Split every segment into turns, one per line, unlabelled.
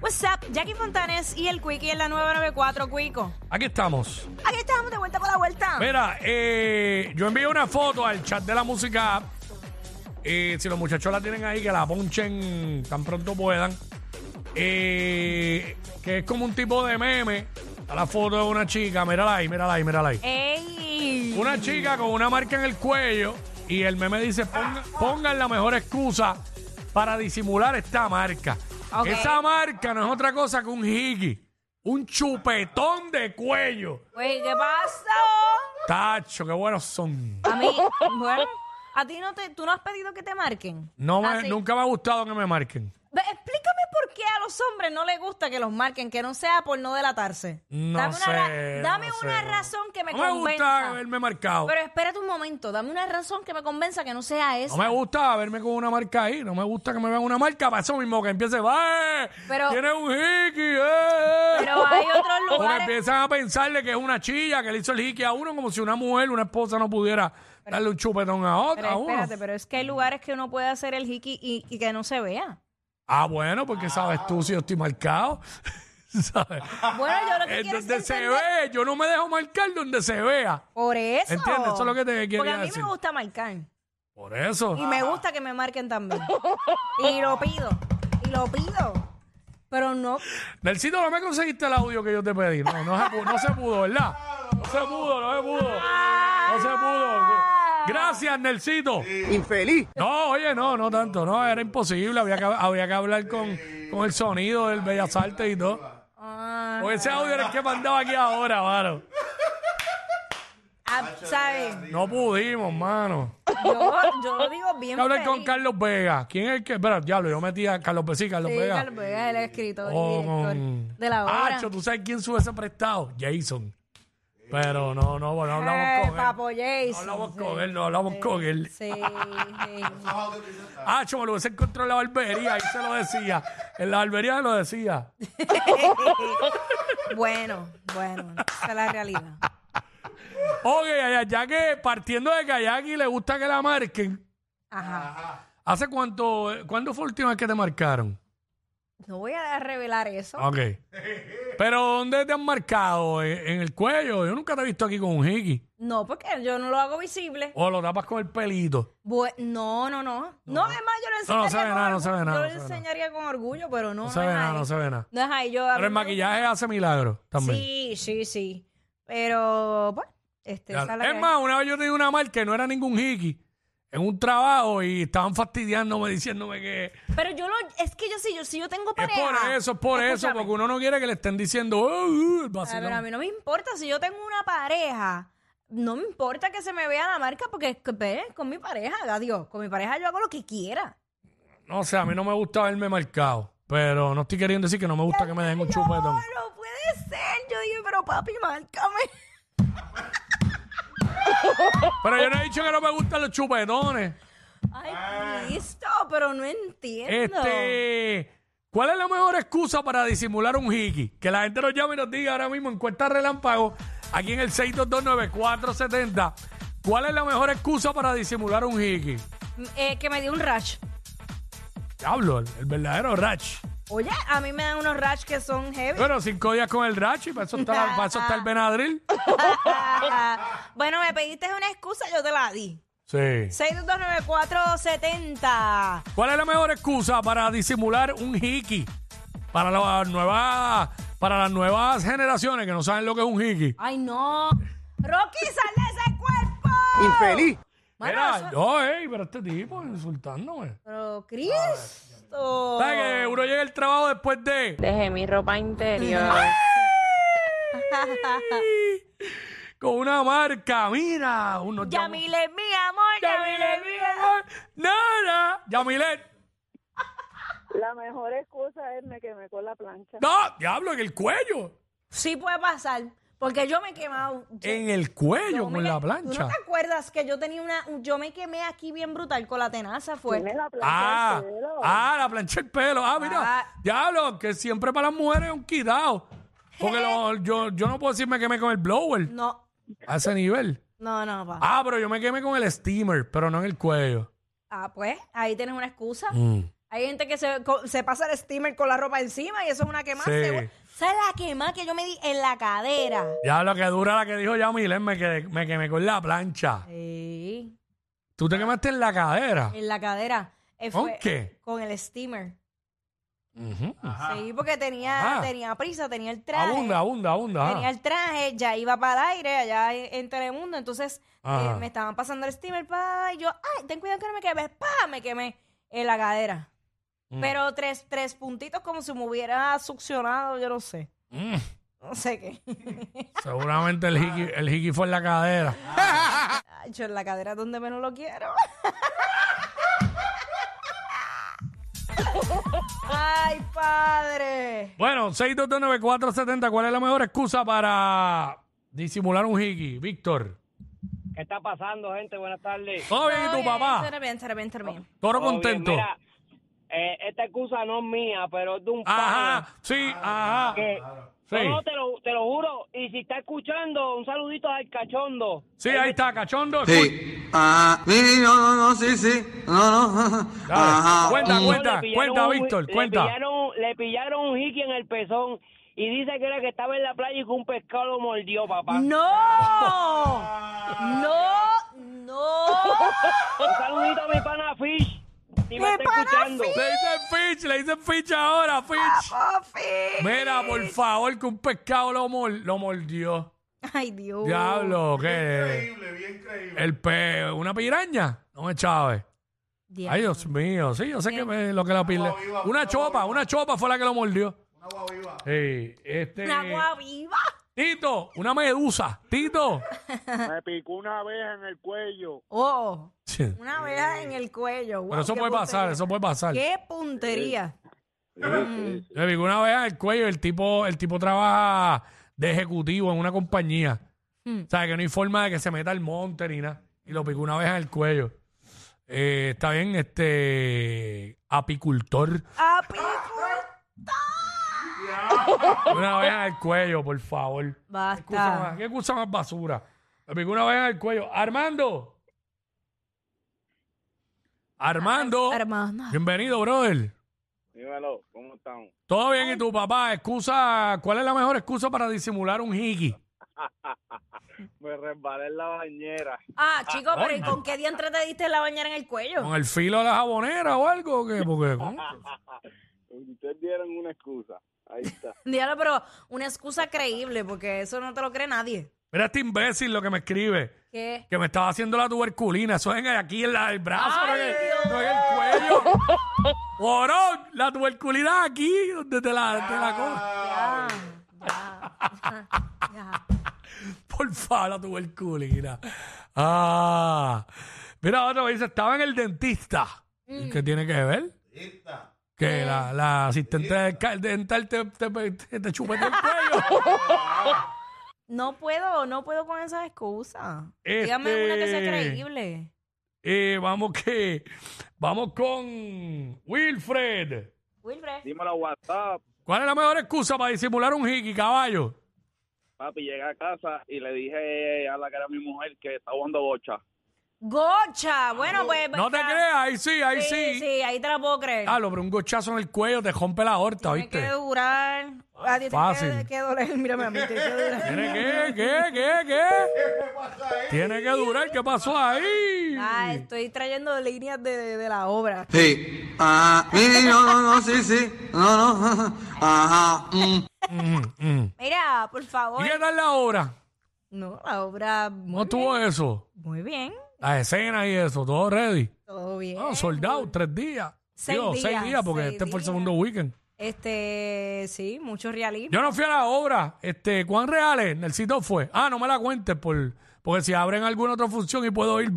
What's up, Jackie Fontanes y el Quickie en la 994, Quico.
Aquí estamos.
Aquí estamos de vuelta por la vuelta.
Mira, eh, yo envié una foto al chat de la música. app. Eh, si los muchachos la tienen ahí, que la ponchen tan pronto puedan. Eh, que es como un tipo de meme. Está la foto de una chica. Mírala ahí, mírala ahí, mírala ahí.
¡Ey!
Una chica con una marca en el cuello. Y el meme dice: "Ponga- pongan la mejor excusa para disimular esta marca.
Ok.
Esa marca no es otra cosa que un higgy. Un chupetón de cuello.
Güey, ¿qué pasó?
Tacho, qué buenos son.
A mí, bueno, a ti no te, tú no has pedido que te marquen.
No me-
Así.
nunca me ha gustado que me marquen.
Ve, Explícame por qué a los hombres no les gusta que los marquen, que no sea por no delatarse.
No
dame una,
sé,
ra- dame
no
una
sé.
razón que me
no me gusta
convenza.
haberme marcado.
Pero espérate un momento, dame una razón que me convenza que no sea eso.
No me gusta verme con una marca ahí. No me gusta que me vean una marca. Para eso mismo que empiece, va, eh,
Pero-
tiene un hiki, eh.
Pero hay otros
Porque
lugares.
empiezan a pensarle que es una chilla, que le hizo el hiki a uno, como si una mujer, una esposa no pudiera darle un chupetón a otra.
Pero
a uno.
espérate, pero es que hay lugares que uno puede hacer el hiki y, y que no se vea.
Ah, bueno, porque sabes tú si yo estoy marcado. ¿Sabes?
Bueno, yo lo que
Es
quiero es
donde se
entender-
ve, yo no me dejo marcar donde se vea.
Por eso.
¿Entiendes? Eso es lo que te quería
Porque a mí
decir.
me gusta marcar.
Por eso.
Y me gusta que me marquen también. Y lo pido. Y lo pido. Pero no.
Nelsito, no me conseguiste el audio que yo te pedí. No, no se pudo, no se pudo ¿verdad? No se pudo, no se pudo. No se pudo.
Ah.
Gracias, Nelsito.
infeliz.
No, oye, no, no tanto. No, era imposible. Había que, había que hablar con, con el sonido del Bellas Artes y todo.
Ah,
O ese audio era el que mandaba aquí ahora, mano.
ah, ¿Sabes?
No pudimos, mano.
Yo, yo lo digo bien.
Hay que hablar
feliz.
con Carlos Vega. ¿Quién es el que? Espera, diablo, yo metí a Carlos Vega. Sí, Carlos
Sí,
Vega.
Carlos Vega, el escritor y
Oh,
director
con-
de la obra.
Acho, ¿tú sabes quién sube ese prestado? Jason. Pero no, no, no hablamos
Eh,
con él.
papo Jason.
No hablamos con él, no hablamos con él.
Sí, sí.
Acho, me lo hubiese encontrado en la barbería, ahí se lo decía. En la barbería se lo decía.
Bueno, bueno, esa es la realidad.
Ok, ya, ya que partiendo de que a Jackie le gusta que la marquen,
Ajá.
¿hace cuánto, eh, cuándo fue la última vez que te marcaron?
No voy a revelar eso.
Ok. Pero ¿dónde te han marcado? ¿En, en el cuello? Yo nunca te he visto aquí con un hickey.
No, porque yo no lo hago visible.
O lo tapas con el pelito.
Bue- no, no, no. No, además yo lo
No, no
enseñaría
se ve
con
nada, no
orgu-
se ve nada,
Yo
no
lo
se ve nada.
enseñaría con orgullo, pero no,
No
no,
se ve
es
nada,
ahí.
no se ve nada.
No es ahí, yo... a mí
Pero el
me-
maquillaje hace milagros también.
Sí, sí, sí. Pero, bueno, este...
Claro.
esa la
Es
que-
más, una vez yo tenía una marca que no era ningún hickey en un trabajo y estaban fastidiándome diciéndome que
Pero yo lo... Es que yo sí, yo, si yo tengo
es
pareja...
por eso, es por eso,
Escúchame.
porque uno no quiere que le estén diciendo, "Oh, uh, el
Ah,
vacilón".
Pero a mí no me importa. Si yo tengo una pareja, no me importa que se me vea la marca porque que ve, con mi pareja, adiós. Con mi pareja yo hago lo que quiera.
No sé, a mí no me gusta verme marcado, pero no estoy queriendo decir que no me gusta que me den un
No,
chupetón.
no puede ser. Yo dije, pero papi, márcame.
Pero yo no he dicho que no me gustan los chupetones.
Ay, listo, pero no entiendo.
Este, ¿cuál es la mejor excusa para disimular un hickey? Que la gente nos llame y nos diga ahora mismo en cuenta relámpago, aquí en el 6229470, ¿cuál es la mejor excusa para disimular un hickey?
Eh, que me dio un rash.
Diablo, el, el verdadero Ratch.
Oye, a mí me dan unos rash que son heavy.
Bueno, cinco días con el Ratch y para eso está, la- para eso está el Benadryl.
bueno, me pediste una excusa, yo te la di.
Sí.
6229470.
¿Cuál es la mejor excusa para disimular un hickey? Para las nuevas, para las nuevas generaciones que no saben lo que es un hickey.
Ay, no. Rocky, sal de ese cuerpo.
Infeliz.
Mano,
Mira,
eso-
yo, ey, pero este tipo insultándome.
Pero, Cristo.
¿Sabes que uno llega al trabajo después de
Dejé mi ropa interior.
con una marca? Mira, uno
Yamile, mi amor, Yamile,
Yamilet,
mi
mi
amor.
amor. Nada. Yamilet.
La mejor excusa es me quemé con la plancha.
No, diablo, en el cuello.
Sí puede pasar, porque yo me he quemado. Yo-
En el cuello
yo me
con la
que- ¿Tú no
plancha.
te acuerdas que yo tenía una, yo me quemé aquí bien brutal con la tenaza
Tiene
fuerte?
la plancha
Ah,
al pelo.
ah, la plancha el pelo. Ah, mira.
Ah.
Diablo, que siempre para las mujeres es un quitado. Porque lo- yo, yo no puedo decir me quemé con el blower
No,
a ese nivel.
no, no, pa.
Ah, pero yo me quemé con el steamer, pero no en el cuello. Mm.
Ah, pues, ahí tienes una excusa. Hay gente que se, co- se pasa el steamer con la ropa encima y eso es una quemada.
Sí.
seguro. ¿Sabes la quemada que yo me di en la cadera?
Ya lo que dura la que dijo Yamil, eh, me quedé- me quemé con la plancha.
Sí,
Tú te quemaste en la cadera.
en la cadera. Eh,
¿Con
fue-
qué?
Con el steamer.
Ujú.
Sí, porque tenía,
Ajá.
tenía prisa, tenía el traje.
Abunda, abunda, abunda. ajá.
Tenía el traje, ya iba para el aire allá en, en Telemundo, entonces
Ajá.
eh, me estaban pasando el steamer, pa, y yo, ay, ten cuidado que no me queme, pa, me quemé en la cadera.
Mm.
Pero tres, tres puntitos como si me hubiera succionado, yo no sé,
Mm.
no sé qué.
Seguramente el hiki, el hiki fue en la cadera.
Ay, yo en la cadera donde menos lo quiero. ay, padre.
Bueno, 6229470, ¿cuál es la mejor excusa para disimular un hiki? Víctor.
¿Qué está pasando, gente? Buenas tardes.
¿Todo bien y
Todo
tu
bien,
papá?
Estará bien, estará bien, estará bien.
Toro
Todo bien,
contento.
mira, eh, esta excusa no es mía, pero es de un pana
Ajá, sí, ajá.
que-
Sí.
No, no, Ah, te lo, te lo juro. Y si está escuchando, un saludito al cachondo.
Sí, ahí está, cachondo.
Sí. Ah, sí, sí, no, no, no, sí, sí. No, Ah, Mm.
Dale,
no. Ajá.
cuenta,
No,
cuenta,
le pillaron
cuenta,
un-
Víctor,
le
cuenta.
Pillaron, le pillaron un hickey en el pezón y dice que era que estaba en la playa y que un pescado lo mordió, papá.
No, no, no.
Un saludito a mi pana Fish. Si
¡Mi
me está
pana
escuchando.
Le dicen Fitch, le dicen Fitch ahora, Fitch. Mira, por favor, que un pescado lo, mol- lo mordió.
Ay, Dios.
Diablo, que. Increíble, bien creíble. El pe... ¿Una piraña? No me chaves.
Diablo.
Ay, Dios mío. Sí, yo sé que me- lo que la pile. Una chopa, una chopa fue la que lo mordió. Una guaviva. Sí, este.
Una agua viva.
Tito, una medusa. Tito.
Me picó una abeja en el cuello.
Oh,
Sí.
una abeja en el cuello. Wow,
Eh. Pero eso
qué
puede pasar,
puntería.
eso puede pasar. Eh.
Qué puntería.
Le picó una vez al cuello, el tipo, el tipo trabaja de ejecutivo en una compañía.
Mm.
O sea, que no hay forma de que se meta el monte ni nada. Y lo picó una vez al cuello. Eh, está bien, este apicultor.
Apicultor.
Una vez al cuello, por favor. ¿Qué excusa, más,
Basta.
qué excusa más basura? Le picó una vez al cuello. Armando. Armando.
Armando.
Bienvenido, brother.
Dímelo, ¿cómo están?
Todo bien, y tu papá, excusa, ¿cuál es la mejor excusa para disimular un hiki?
Me resbalé en la bañera.
Ah, chico, pero ¿y
Armando.
con qué diantre te diste la bañera en el cuello?
¿Con el filo de la jabonera o algo? que Porque,
Ustedes dieron una excusa. Ahí está.
Diablo, pero una excusa creíble, porque eso no te lo cree nadie.
mira este imbécil lo que me escribe,
¿Qué?
que me estaba haciendo la tuberculina. Eso es en el- aquí en la- el brazo,
Ay,
no en el,
Dios.
no en el cuello. Morón, la tuberculina aquí, desde la, desde la cosa.
Ya, ya, ya.
Por favor, la tuberculina. Ah. Mira, otro me dice, estaba en el dentista.
Mm.
¿Qué tiene que ver? Que la, la asistente del ca- dental te, te, te- te chupete el cuello.
No puedo, no puedo con esas excusas. Dígame una que sea
Este-
creíble.
Eh, vamos que vamos con Wilfred.
Wilfred.
Dímelo a WhatsApp.
¿Cuál es la mejor excusa para disimular un hiki, caballo?
Papi, llegué a casa y le dije a la que era mi mujer que estaba jugando bocha.
Gocha. Bueno, pues.
No te
está-
creas, ahí sí, ahí
Sí,
sí.
sí, ahí te la puedo creer.
Ah, lo pero un gochazo en el cuello te rompe la horta,
Tiene que
¿viste?
durar. Ah, Dios,
Fácil.
Tiene que, que doler. Mírame a mí, tiene que durar.
¿Tiene que, qué, qué, qué? Tiene que durar, ¿qué pasó ahí?
Ah, estoy trayendo líneas de, de, de la obra.
Sí. Ah, sí, sí, no, no, no, sí, sí. No, no. Ajá. mm.
Mm, mm.
Mira, por favor.
¿Y qué tal la obra?
No, la obra.
¿Cómo
Muy,
estuvo eso?
muy bien.
Las escenas y eso, todo ready.
Todo bien.
Ah, soldado, tres días.
Seis
Digo, seis
días,
días, porque
seis
este fue el
días.
segundo weekend.
Este, sí, mucho realismo.
Yo no fui a la obra. Este, ¿Cuán real es? Nelsito fue. Ah, no me la cuentes, por, porque si abren alguna otra función y puedo ir.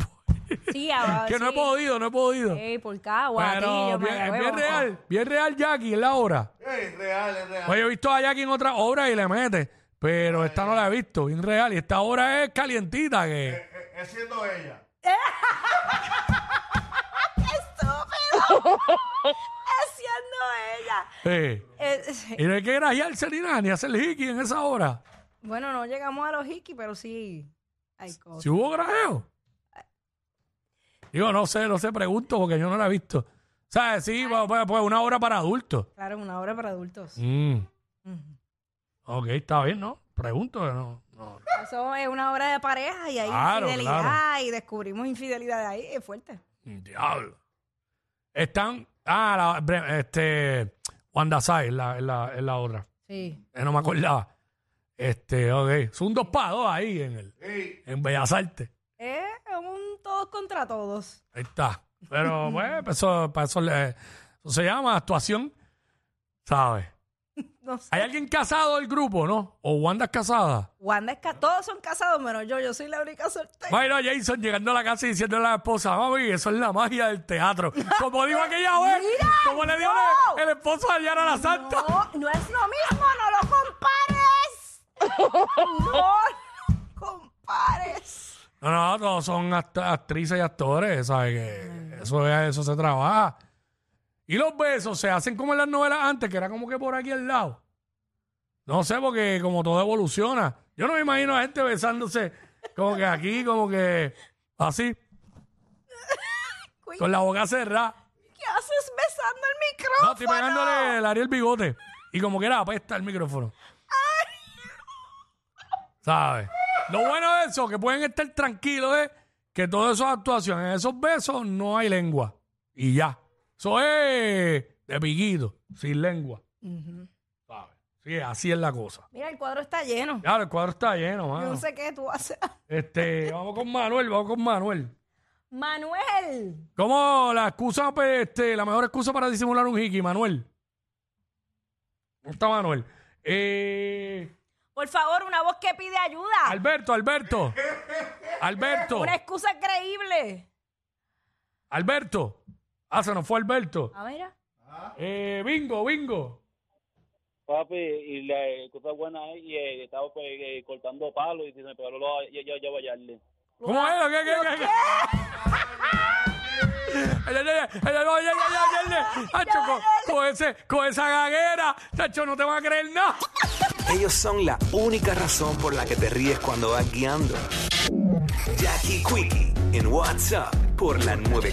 Sí, ahora
que no he
sí.
podido, no he podido.
Ey, por Cagua,
Pero
Atillo,
bien, es
Mayagüez,
bien
Guajuaco.
real, bien real Jackie en la obra. Es real, es real. Pues yo he visto a Jackie en otra obra y le mete, pero esta no la he visto, bien real. Y esta obra es calientita, que
Haciendo ella.
eh,
Eh,
y no hay que grajearse ni nada, ni hacer hiki en esa obra.
bueno, no llegamos a los hiki, pero sí. Hay cosas.
Si hubo grajeo. Digo, no sé, no sé, pregunto porque yo no la he visto. ¿Sabes? Sí, pues, pues, pues, una hora para adultos.
Claro, una obra para adultos.
Mm.
Ujú.
Ok, está bien, ¿no? Pregunto, ¿no? no.
Eso es una obra de pareja y hay
Claro,
infidelidad
claro.
y descubrimos infidelidad de ahí. Es fuerte.
Diablo. Están. Ah, la, bre- este. Wanda Sai es la, es la, es la otra.
Sí.
Eh, no me acordaba. Este, ok. Son dos pados ahí en el. En Bellas Artes.
Es un todos contra todos.
Ahí está. Pero, bueno, eso, para eso, le- eso se llama actuación. ¿Sabes?
No sé.
¿Hay alguien casado del grupo, no? ¿O Wanda es casada?
Wanda es ca- todos son casados menos yo, yo soy la única soltera.
Bueno, Jason llegando a la casa y diciéndole a la esposa, mami, eso es la magia del teatro. Como dijo aquella vez,
Mira,
como le dijo
no.
el, el esposo a Yara la Santa.
No, no es lo mismo, no lo compares. No lo compares.
No, no, todos son act- actrices y actores, ¿sabes? Que eso, es- eso se trabaja. Y los besos se hacen como en las novelas antes, que era como que por aquí al lado. No sé, porque como todo evoluciona. Yo no me imagino a gente besándose como que aquí, como que así,
Uy,
con la boca cerrada.
¿Qué haces besando el
No,
micrófono?
estoy pegándole el Ariel bigote. Y como que era apesta el micrófono. ¿Sabes? Lo bueno de eso, que pueden estar tranquilos, es que todas esas actuaciones, esos besos, no hay lengua. Y ya. Eso es de piquito, sin lengua.
Ujú.
¿Sabes? Sí, así es la cosa.
Mira, el cuadro está lleno.
Claro, el cuadro está lleno,
Yo
mano.
no sé qué tú haces.
Este, vamos con Manuel, vamos con Manuel.
Manuel.
¿Cómo la excusa, pues, este, la mejor excusa para disimular un hickey, Manuel? ¿Dónde está Manuel? Eh,
Por favor, una voz que pide ayuda.
Alberto, Alberto. Alberto.
Una excusa creíble.
Alberto. Ah, se nos fue Alberto.
A ver.
Eh, bingo, bingo.
Papi, y la cosa buena es que estaba pues, eh, cortando palos y se me pegó lo, yo, yo, yo vallarle.
¿Cómo es? ¿Qué, qué, qué? Ay, ay, ay, ay, ay, ay, ay, ay, ay, ay. Tacho, con, con ese, con esa gaguera, Tacho, no te van a creer nada.
Ellos son la única razón por la que te ríes cuando vas guiando. Jackie Quickie en WhatsApp por la 9.